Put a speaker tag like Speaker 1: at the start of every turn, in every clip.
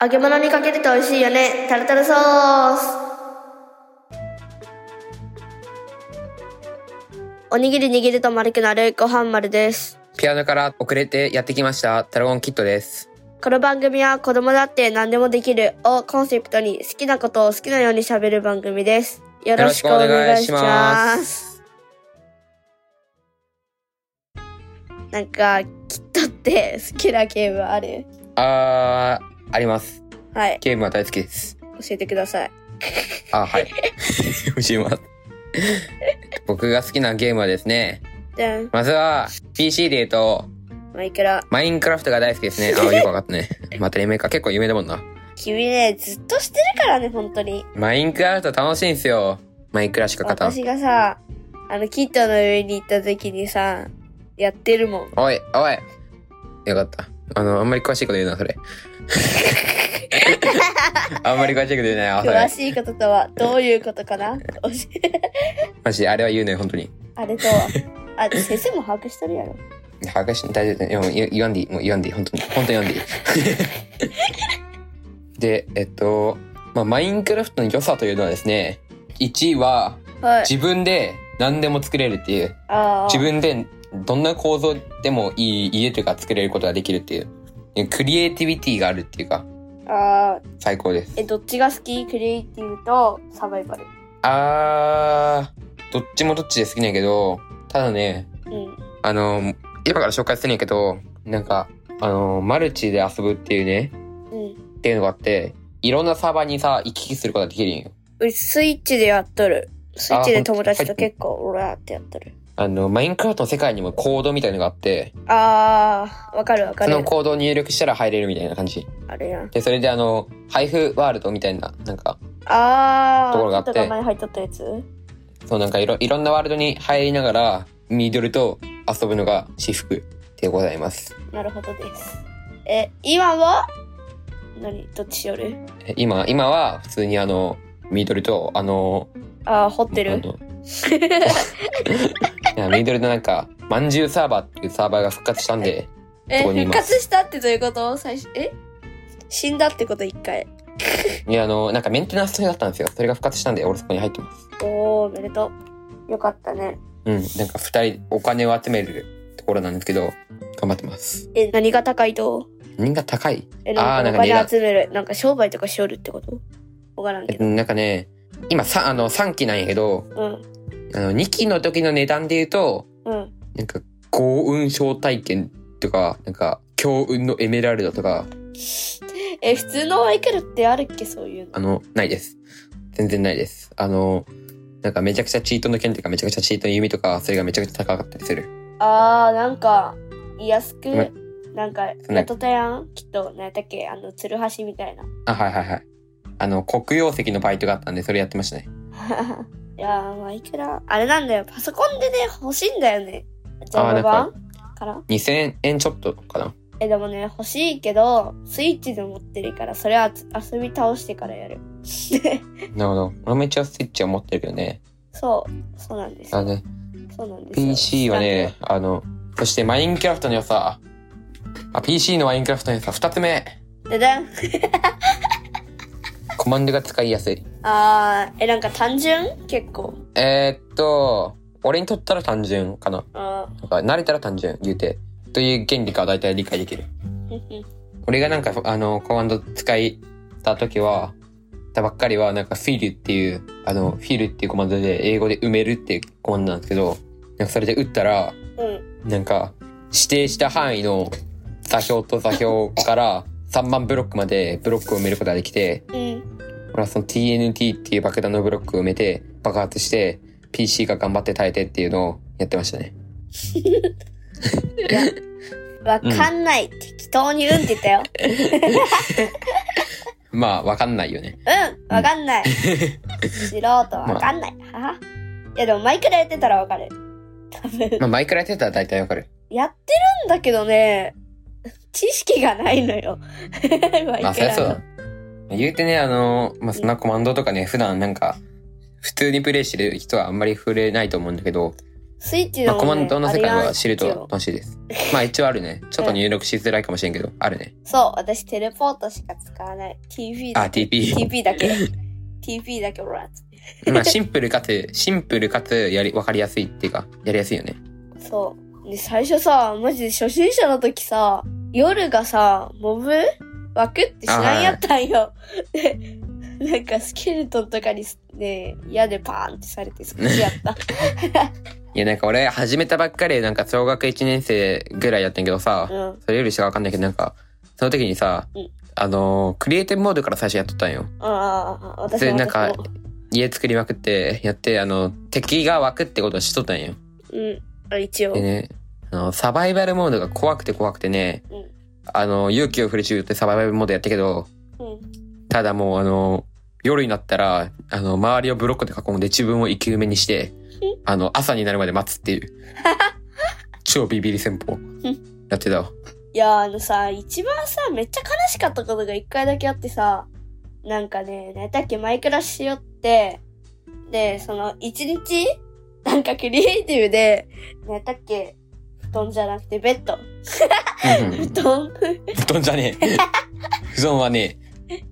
Speaker 1: 揚げ物にかけると美味しいよねタルタルソースおにぎり握ると丸くなるご飯丸です
Speaker 2: ピアノから遅れてやってきました、タラゴンキットです。
Speaker 1: この番組は子供だって何でもできるをコンセプトに好きなことを好きなように喋る番組ですよろしくお願いしますなんかきっとって好きなゲームある
Speaker 2: あー、あります。
Speaker 1: はい
Speaker 2: ゲームは大好きです。
Speaker 1: 教えてください
Speaker 2: あー、はい。教えます。 僕が好きなゲームはですね、
Speaker 1: でん
Speaker 2: まずは PC で言うと、
Speaker 1: マイクラ
Speaker 2: マインクラフトが大好きですね。あー、よくわかったね。また夢か。結構有名だもんな。
Speaker 1: 君ねずっとしてるからね本当に
Speaker 2: マインクラフト楽しいんすよ。マインクラしか勝たん
Speaker 1: 私がさあのキットの上に行った時にさやってるもん
Speaker 2: おい、おい。よかった。あの、あんまり詳しいこと言うな、それ。あんまり詳しいこと言うなよ、そ
Speaker 1: 詳
Speaker 2: れ。
Speaker 1: しいこととはどういうことかな教え
Speaker 2: マジで、あれは言うね、本当に。
Speaker 1: あれとはあ先生も把握しとるやろ
Speaker 2: 把握し大丈夫だよ。もう言言わんでいい。もう言わんでいい。本当に。本当に言わ んでいい。で、えっと、まあ、マインクラフトの良さというのはですね、1位は、
Speaker 1: はい
Speaker 2: 自分で何でも作れるっていう。
Speaker 1: あー
Speaker 2: 自分でどんな構造でもいい家とか作れることができるっていう。クリエイティビティがあるっていうか、
Speaker 1: あー
Speaker 2: 最高です。
Speaker 1: えどっちが好きクリエイティブとサバイバル
Speaker 2: あー、どっちもどっちで好きなんやけど、ただね、
Speaker 1: うん
Speaker 2: あの、今から紹介するんやけど、なんか、あの、マルチで遊ぶっていうね、
Speaker 1: うん
Speaker 2: っていうのがあって、いろんなサーバーにさ、行き来することができるんよ。
Speaker 1: うちスイッチでやっとるスイッチで
Speaker 2: あーほん
Speaker 1: 友達
Speaker 2: は
Speaker 1: と
Speaker 2: い
Speaker 1: 結構オラーってやっとる
Speaker 2: あの、マインクラフトの世界にもコードみたいのがあって、
Speaker 1: あーわかるわか
Speaker 2: そ
Speaker 1: る
Speaker 2: のコードを入力したら入れるみたいな感じ。
Speaker 1: あれやん
Speaker 2: で、それであの、配布ワールドみたいな、なんか、
Speaker 1: あー
Speaker 2: ところがあって
Speaker 1: ちょっと名前入っとったやつ
Speaker 2: そうなんかいろいろんなワールドに入りながら、ミドルと遊ぶのが私服でございます。
Speaker 1: なるほどです。え、今は何どっちよる
Speaker 2: え今、今は普通にあの、ミドルと、あの、
Speaker 1: あー、掘って
Speaker 2: あ
Speaker 1: る。
Speaker 2: のいやミドルのなんか、まんじゅうサーバーっていうサーバーが復活したんで、
Speaker 1: え、
Speaker 2: ここにい
Speaker 1: 復
Speaker 2: ます
Speaker 1: 活したってどういうこと最初、え死んだってこと一回。
Speaker 2: いや、あの、なんかメンテナンス中だったんですよ。それが復活したんで、俺そこに入ってます。
Speaker 1: おー、おめでとう。よかったね。
Speaker 2: うん、なんか二人お金を集めるところなんですけど、頑張ってます。
Speaker 1: え、何が高いと
Speaker 2: 人が高い。
Speaker 1: え、な
Speaker 2: あーなんん
Speaker 1: か
Speaker 2: か
Speaker 1: お金
Speaker 2: 値段
Speaker 1: 集める。なんか商売とかしおるってことわからん
Speaker 2: え
Speaker 1: け
Speaker 2: っと
Speaker 1: ど。
Speaker 2: なんかね、今さ、あの、3期なんやけど、
Speaker 1: うん、
Speaker 2: あの、2期の時の値段で言うと、
Speaker 1: うん。
Speaker 2: なんか、幸運招待券とか、なんか、強運のエメラルドとか、
Speaker 1: え、普通のマイケルってあるっけそういうの
Speaker 2: あ。の、ないです。全然ないです。あの、なんかめちゃくちゃチートの剣とかめちゃくちゃチートの弓とか、それがめちゃくちゃ高かったりする。
Speaker 1: あー、なんか、安く、
Speaker 2: ね
Speaker 1: なんか、やっとったやん。きっと、なんやったっけあの、ツルハシみたいな。
Speaker 2: あ、はいはいはい。あの、黒曜石のバイトがあったんで、それやってましたね。
Speaker 1: いやーまあいくらあれなんだよパソコンでね欲しいんだよねジ
Speaker 2: あ
Speaker 1: ャ
Speaker 2: ー
Speaker 1: ム版から
Speaker 2: 2000円ちょっとかな。
Speaker 1: えでもね欲しいけどスイッチで持ってるからそれはつ遊び倒してからやる
Speaker 2: なるほど。俺も一応スイッチは持ってるけどね。
Speaker 1: そうそうなんです
Speaker 2: あの
Speaker 1: よ
Speaker 2: ね、
Speaker 1: そうなんですよ
Speaker 2: PC はね、あの、そしてマインクラフトの良さ。あ、PC のマインクラフトの良さ。二つ目。
Speaker 1: ででん
Speaker 2: コマンドが使いやすい。
Speaker 1: あーえなんか単純結構
Speaker 2: えーっと、俺にとったら単純かな。
Speaker 1: あ
Speaker 2: なんか慣れたら単純言うて。という原理か大体理解できる。
Speaker 1: ー
Speaker 2: 俺がなんか、あの、コマンド使いた時は、たばっかりは、なんか、フィルっていう、あの、フィルっていうコマンドで、英語で埋めるっていうコマンドなんですけど、なんかそれで打ったら、
Speaker 1: うん
Speaker 2: なんか、指定した範囲の座標と座標から3万ブロックまでブロックを埋めることができて、
Speaker 1: うん
Speaker 2: 俺はその TNT っていう爆弾のブロックを埋めて、爆発して、PC が頑張って耐えてっていうのをやってましたね。
Speaker 1: わかんない、適当にうんって言った よ
Speaker 2: まあ、わかんないよね。
Speaker 1: うんわかん ない素人はわかんない、ははいやでもマイクラやってたらわかる多分
Speaker 2: まあ、マイクラやってたら大体わかる。
Speaker 1: やってるんだけどね、知識がないのよ。ま あ
Speaker 2: まあ、そりゃそうだ。言うてね、あの、まあ、そんなコマンドとかね、普段なんか、普通にプレイしてる人はあんまり触れないと思うんだけど、
Speaker 1: スイッチ
Speaker 2: まあ、
Speaker 1: の、ね
Speaker 2: コマンドの世界は知る
Speaker 1: あ
Speaker 2: と
Speaker 1: れが一応
Speaker 2: 楽しいです。まあ一応あるね。ちょっと入力しづらいかもしれんけど、あるね。
Speaker 1: そう、私テレポートしか使わない。TP
Speaker 2: あ、
Speaker 1: だけ。
Speaker 2: TP。
Speaker 1: TP だけ。TP だけ、ほら。
Speaker 2: まあシンプルかつ、シンプルかつ、やり、わかりやすいっていうか、やりやすいよね。
Speaker 1: そう。で、最初さ、マジで初心者の時さ、夜がさ、モブ枠って知らんやったんよ。で、なんかスケルトンとかにね、矢でパーンってされて好きやった。
Speaker 2: いやなんか俺、始めたばっかりで、なんか小学1年生ぐらいやったんやけどさ、
Speaker 1: うん。
Speaker 2: それよりしかわかんないけど、なんか、その時にさ
Speaker 1: うん、
Speaker 2: あのークリエイティブモードから最初やっとったんよ。
Speaker 1: ああ、私
Speaker 2: それ
Speaker 1: も
Speaker 2: なんか
Speaker 1: 私も
Speaker 2: 家作りまくって、やって、あの、敵が湧くってことをしとったんよ。
Speaker 1: うんあ。一応
Speaker 2: で。ね、あの、サバイバルモードが怖くて怖くてね、
Speaker 1: うん
Speaker 2: あの、勇気を振り絞ってサバイバルモードやったけど、
Speaker 1: うん。
Speaker 2: ただもうあの、夜になったら、あの、周りをブロックで囲んで自分を生き埋め にして、あの、朝になるまで待つっていう、超ビビり 戦法
Speaker 1: ん、
Speaker 2: やってたわ。
Speaker 1: いや、あのさ、一番さ、めっちゃ悲しかったことが一回だけあってさ、なんかね、何やったっけ、マイクラしよって、で、その、一日、なんかクリエイティブで、何やったっけ、布団じゃなくてベッド。
Speaker 2: うんう
Speaker 1: 布
Speaker 2: ん
Speaker 1: 団
Speaker 2: 布団じゃね え。布団はね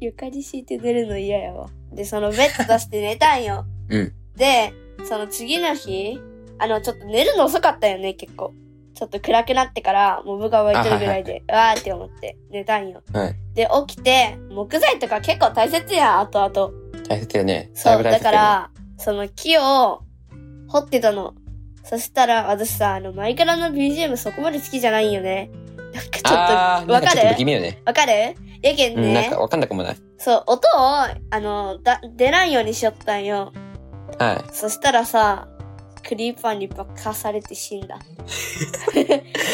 Speaker 1: 床に敷いて寝るの嫌やわ。で、そのベッド出して寝たんよ。
Speaker 2: うん
Speaker 1: で、その次の日、あの、ちょっと寝るの遅かったよね、結構。ちょっと暗くなってから、モブが湧いてるぐらいで、わーって思って寝たんよ。
Speaker 2: え。はい。
Speaker 1: で、起きて、木材とか結構大切やん、後々。
Speaker 2: 大切だよね。
Speaker 1: そう、
Speaker 2: いぶ大
Speaker 1: だ
Speaker 2: 切
Speaker 1: か
Speaker 2: よね、
Speaker 1: ら、その木を掘ってたの。そしたら、私さ、あの、マイクラの BGM そこまで好きじゃないんよね。なんかちょっと、
Speaker 2: あーな
Speaker 1: わ
Speaker 2: んか
Speaker 1: か
Speaker 2: ちょっと不気
Speaker 1: る
Speaker 2: 味よね。
Speaker 1: わかるやけん
Speaker 2: うん、なん
Speaker 1: ね
Speaker 2: か、わかんなくもない。
Speaker 1: そう、音を、あの、だ出ないようにしよったんよ。
Speaker 2: はい。
Speaker 1: そしたらさ、クリーパーに爆破されて死んだ。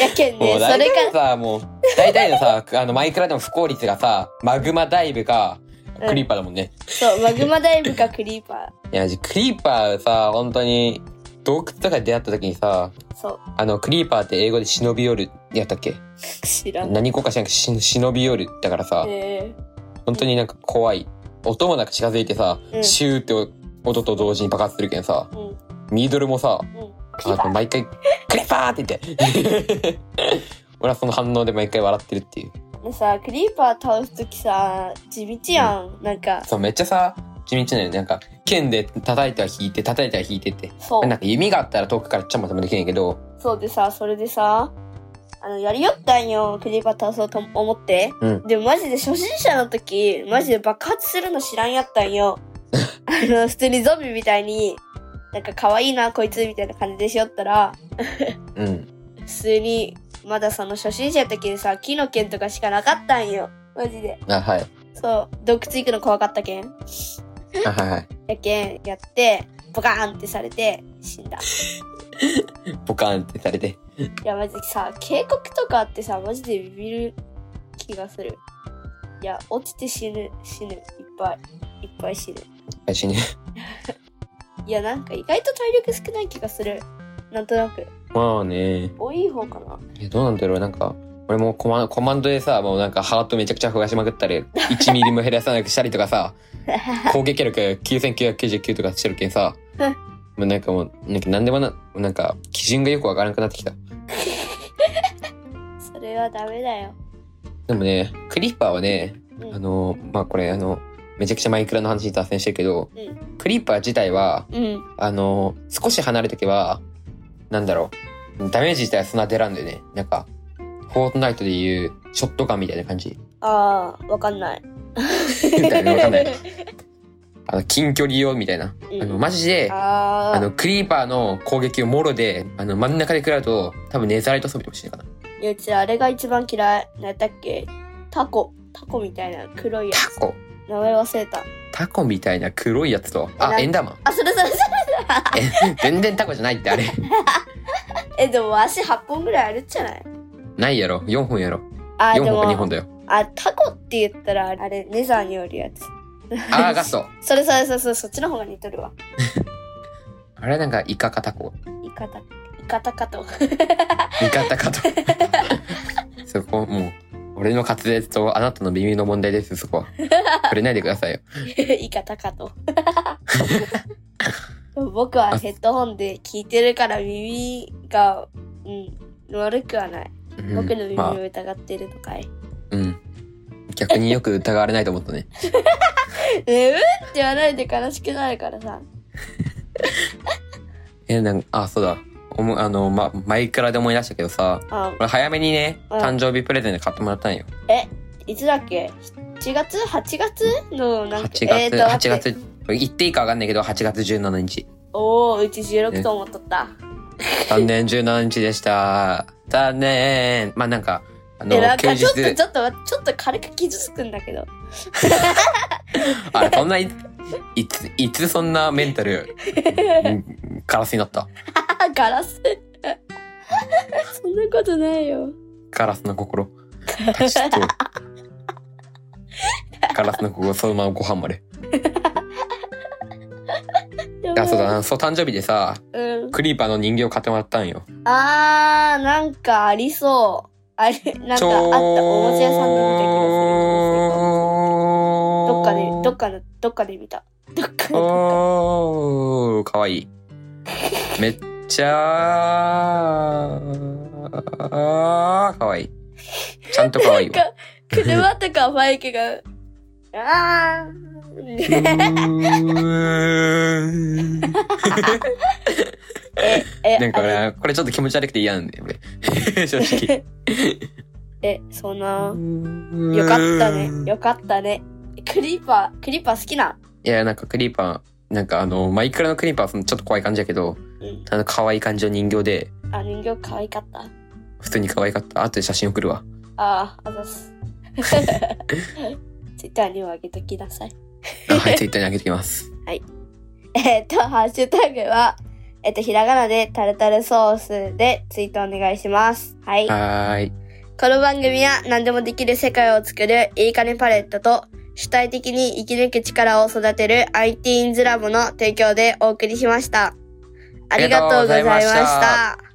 Speaker 1: やけん
Speaker 2: も
Speaker 1: ね、そ
Speaker 2: う大
Speaker 1: れ
Speaker 2: 体
Speaker 1: か
Speaker 2: さ、もう、大体のさ、 あの、マイクラでも不効率がさ、マグマダイブか、
Speaker 1: うん
Speaker 2: クリーパーだもんね。
Speaker 1: そう、マグマダイブかクリーパ
Speaker 2: いや、クリーパーさ、本当に、洞窟とかで出会った時にさ、
Speaker 1: ー。そう、
Speaker 2: あの、クリーパーって英語で忍び寄る、やったっけ
Speaker 1: 知らん。
Speaker 2: 何語か知らんけど、し忍び寄るだからさ、
Speaker 1: え
Speaker 2: 本当になんか怖い。音もなく近づいてさ、
Speaker 1: うん
Speaker 2: シューって音と同時に爆発するけんさ、
Speaker 1: ー、うん。
Speaker 2: ミードルもさ、
Speaker 1: うん
Speaker 2: あの毎回、クリーパーって言って。 俺はその反応で毎回笑ってるっていう。
Speaker 1: でさクリーパー倒す時さ地道やん、なんか
Speaker 2: そう、めっちゃさ、地道なよね。なんか、剣で叩いては引いて、叩いては引いてって。
Speaker 1: そ
Speaker 2: なん
Speaker 1: う
Speaker 2: か弓があったら遠くからちゃんまともできないけど、
Speaker 1: そうでさそれでさあのやりよったんよクリーパー倒そうと思って、
Speaker 2: うん
Speaker 1: でもマジで初心者の時マジで爆発するの知らんやったんよあの普通にゾンビみたいになんか可愛いなこいつみたいな感じでしよったら
Speaker 2: うん。
Speaker 1: 普通にまだその初心者の時にさ木の剣とかしかなかったんよマジで
Speaker 2: あ、 はい。
Speaker 1: そう洞窟行くの怖かったけん
Speaker 2: あ、はいはい。
Speaker 1: やけんやってボカーンってされて死んだ
Speaker 2: ポカーンってされて。
Speaker 1: いやマジでさ警告とかあってさマジでビビる気がするいや落ちて死ぬ死ぬいっぱいいっぱい死ぬ
Speaker 2: 最初に。
Speaker 1: いやなんか意外と体力少ない気がするなんとなく
Speaker 2: まあね。
Speaker 1: 多い方かない
Speaker 2: やどうなんだろう。なんか、俺もコマコマンドでさ、もうなんかハートめちゃくちゃ増やしまくったり、1ミリ も減らさなくしたりとか さ、攻撃力9999とかしてるけんさ
Speaker 1: うん、
Speaker 2: もうなんかもう、なんか何でもな、なんか基準がよくわからなくなってきた。
Speaker 1: それはダメだよ
Speaker 2: でもね、クリッパーはね、
Speaker 1: うん
Speaker 2: あの、まあこれあの、めちゃくちゃマイクラの話に脱線してるけど、
Speaker 1: う
Speaker 2: クリッパー自体は、
Speaker 1: うん
Speaker 2: あの、少し離れとけば、なんだろう、ダメージ自体はそんな出らんだよね。なんか、フォートナイトでいうショットガンみたいな感じ。
Speaker 1: ああわかんない
Speaker 2: みたいなわかんない。あの、近距離用みたいな。
Speaker 1: うん
Speaker 2: あの、マジで、
Speaker 1: あ
Speaker 2: あ
Speaker 1: あ
Speaker 2: の、クリーパーの攻撃をもろで、あの、真ん中で食らうと、多分ネザライト装備かもしれないかな。
Speaker 1: いやうちあれが一番嫌いなんだっけタコタコみたいな黒いや
Speaker 2: タ
Speaker 1: つ
Speaker 2: コ
Speaker 1: 名前忘れた
Speaker 2: タコみたいな黒いやつと、あ
Speaker 1: な、
Speaker 2: エンダーマン。
Speaker 1: あそれそれそれ
Speaker 2: え全然タコじゃないってあれ。
Speaker 1: えでも足8本ぐらいあるんじゃない
Speaker 2: ないやろ。4本やろ。
Speaker 1: あ
Speaker 2: 4
Speaker 1: で
Speaker 2: 本か2本
Speaker 1: も
Speaker 2: だよ。
Speaker 1: あタコって言ったらあれネザーによるやつ
Speaker 2: あー、ガスト。
Speaker 1: それそれそれそれそっちの方が似とるわ
Speaker 2: あれなんかイカかタコ。
Speaker 1: イカタイカタカ と
Speaker 2: 味 方かと。そこ、もう、俺の滑舌とあなたの耳の問題です、 そこは。触れないでくださいよ。
Speaker 1: イカタカとでも僕はヘッドホンで聞いてるから耳が、うん、悪くはない。
Speaker 2: うん
Speaker 1: 僕の耳
Speaker 2: まあ
Speaker 1: を疑ってるとかい。
Speaker 2: うん。逆によく疑われないと思ったね。
Speaker 1: ねうって言わないで悲しくなるからさ。
Speaker 2: え、なんあ、そうだ。おもあの、ま、前からで思い出したけどさ、
Speaker 1: あ
Speaker 2: 俺早めにね、
Speaker 1: うん
Speaker 2: 誕生日プレゼント買ってもらったんよ。
Speaker 1: いつだっけ ?7 月 ?8 月のなんか、
Speaker 2: 8月、
Speaker 1: えーと、待
Speaker 2: 8
Speaker 1: って。
Speaker 2: 月、言っていいかわかんないけど、8月17日。
Speaker 1: おー、うち16と思っとった。
Speaker 2: 残念17日でした。残念。まあ、なんか、あの
Speaker 1: え、なん、
Speaker 2: 休
Speaker 1: かちょっと、
Speaker 2: 日
Speaker 1: ち、ょっと待って、ちょっと軽く傷つくんだけど。
Speaker 2: あ、そんない、いつ、いつそんなメンタル、うんカラスになった
Speaker 1: あ、ガラス。 そんなことないよ。
Speaker 2: カラスの心。パチッと。ガラスの心、そのままご飯まで。
Speaker 1: やばい
Speaker 2: あ、そうだな。そう、誕生日でさ、
Speaker 1: うん。
Speaker 2: クリーパーの人形買ってもらったんよ。
Speaker 1: あー、なんかありそう。あれ、なんかあった。おもちゃ屋さんで見た気がする。どっかで、どっかの、どっかで見た。どっかで。
Speaker 2: おー、かわいい。めっちゃー、かわいい。ちゃんとかわいいわ。
Speaker 1: 車とかバイクが、あ ー。え、え、
Speaker 2: なんか
Speaker 1: あれ
Speaker 2: ね、これちょっと気持ち悪くて嫌なんだよ、俺。 正直。
Speaker 1: え、そんな、よかったね。よかったね。クリーパー、クリーパー好きない
Speaker 2: や、なんかクリーパー、なんかあの、マイクラのクリーパーはそのちょっと怖い感じやけど、
Speaker 1: うん。
Speaker 2: あの、可愛い感じの人形で、
Speaker 1: あ、人形可愛かった。
Speaker 2: 普通に可愛かった。後で写真送 るわ。
Speaker 1: あー、あざ す。ツイッターにもあげときなさい。
Speaker 2: あはい、ツイッターにあげてきます。
Speaker 1: えっと、ハッシュタグは、えっと、ひらがなでタルタルソースでツイートお願いします。はい。こ
Speaker 2: はーい。
Speaker 1: の番組は何でもできる世界を作るいいかねパレットと主体的に生き抜く力を育てる IT インズラボの提供でお送りしました。ありがとうございま
Speaker 2: ありがとうござい
Speaker 1: し。
Speaker 2: ました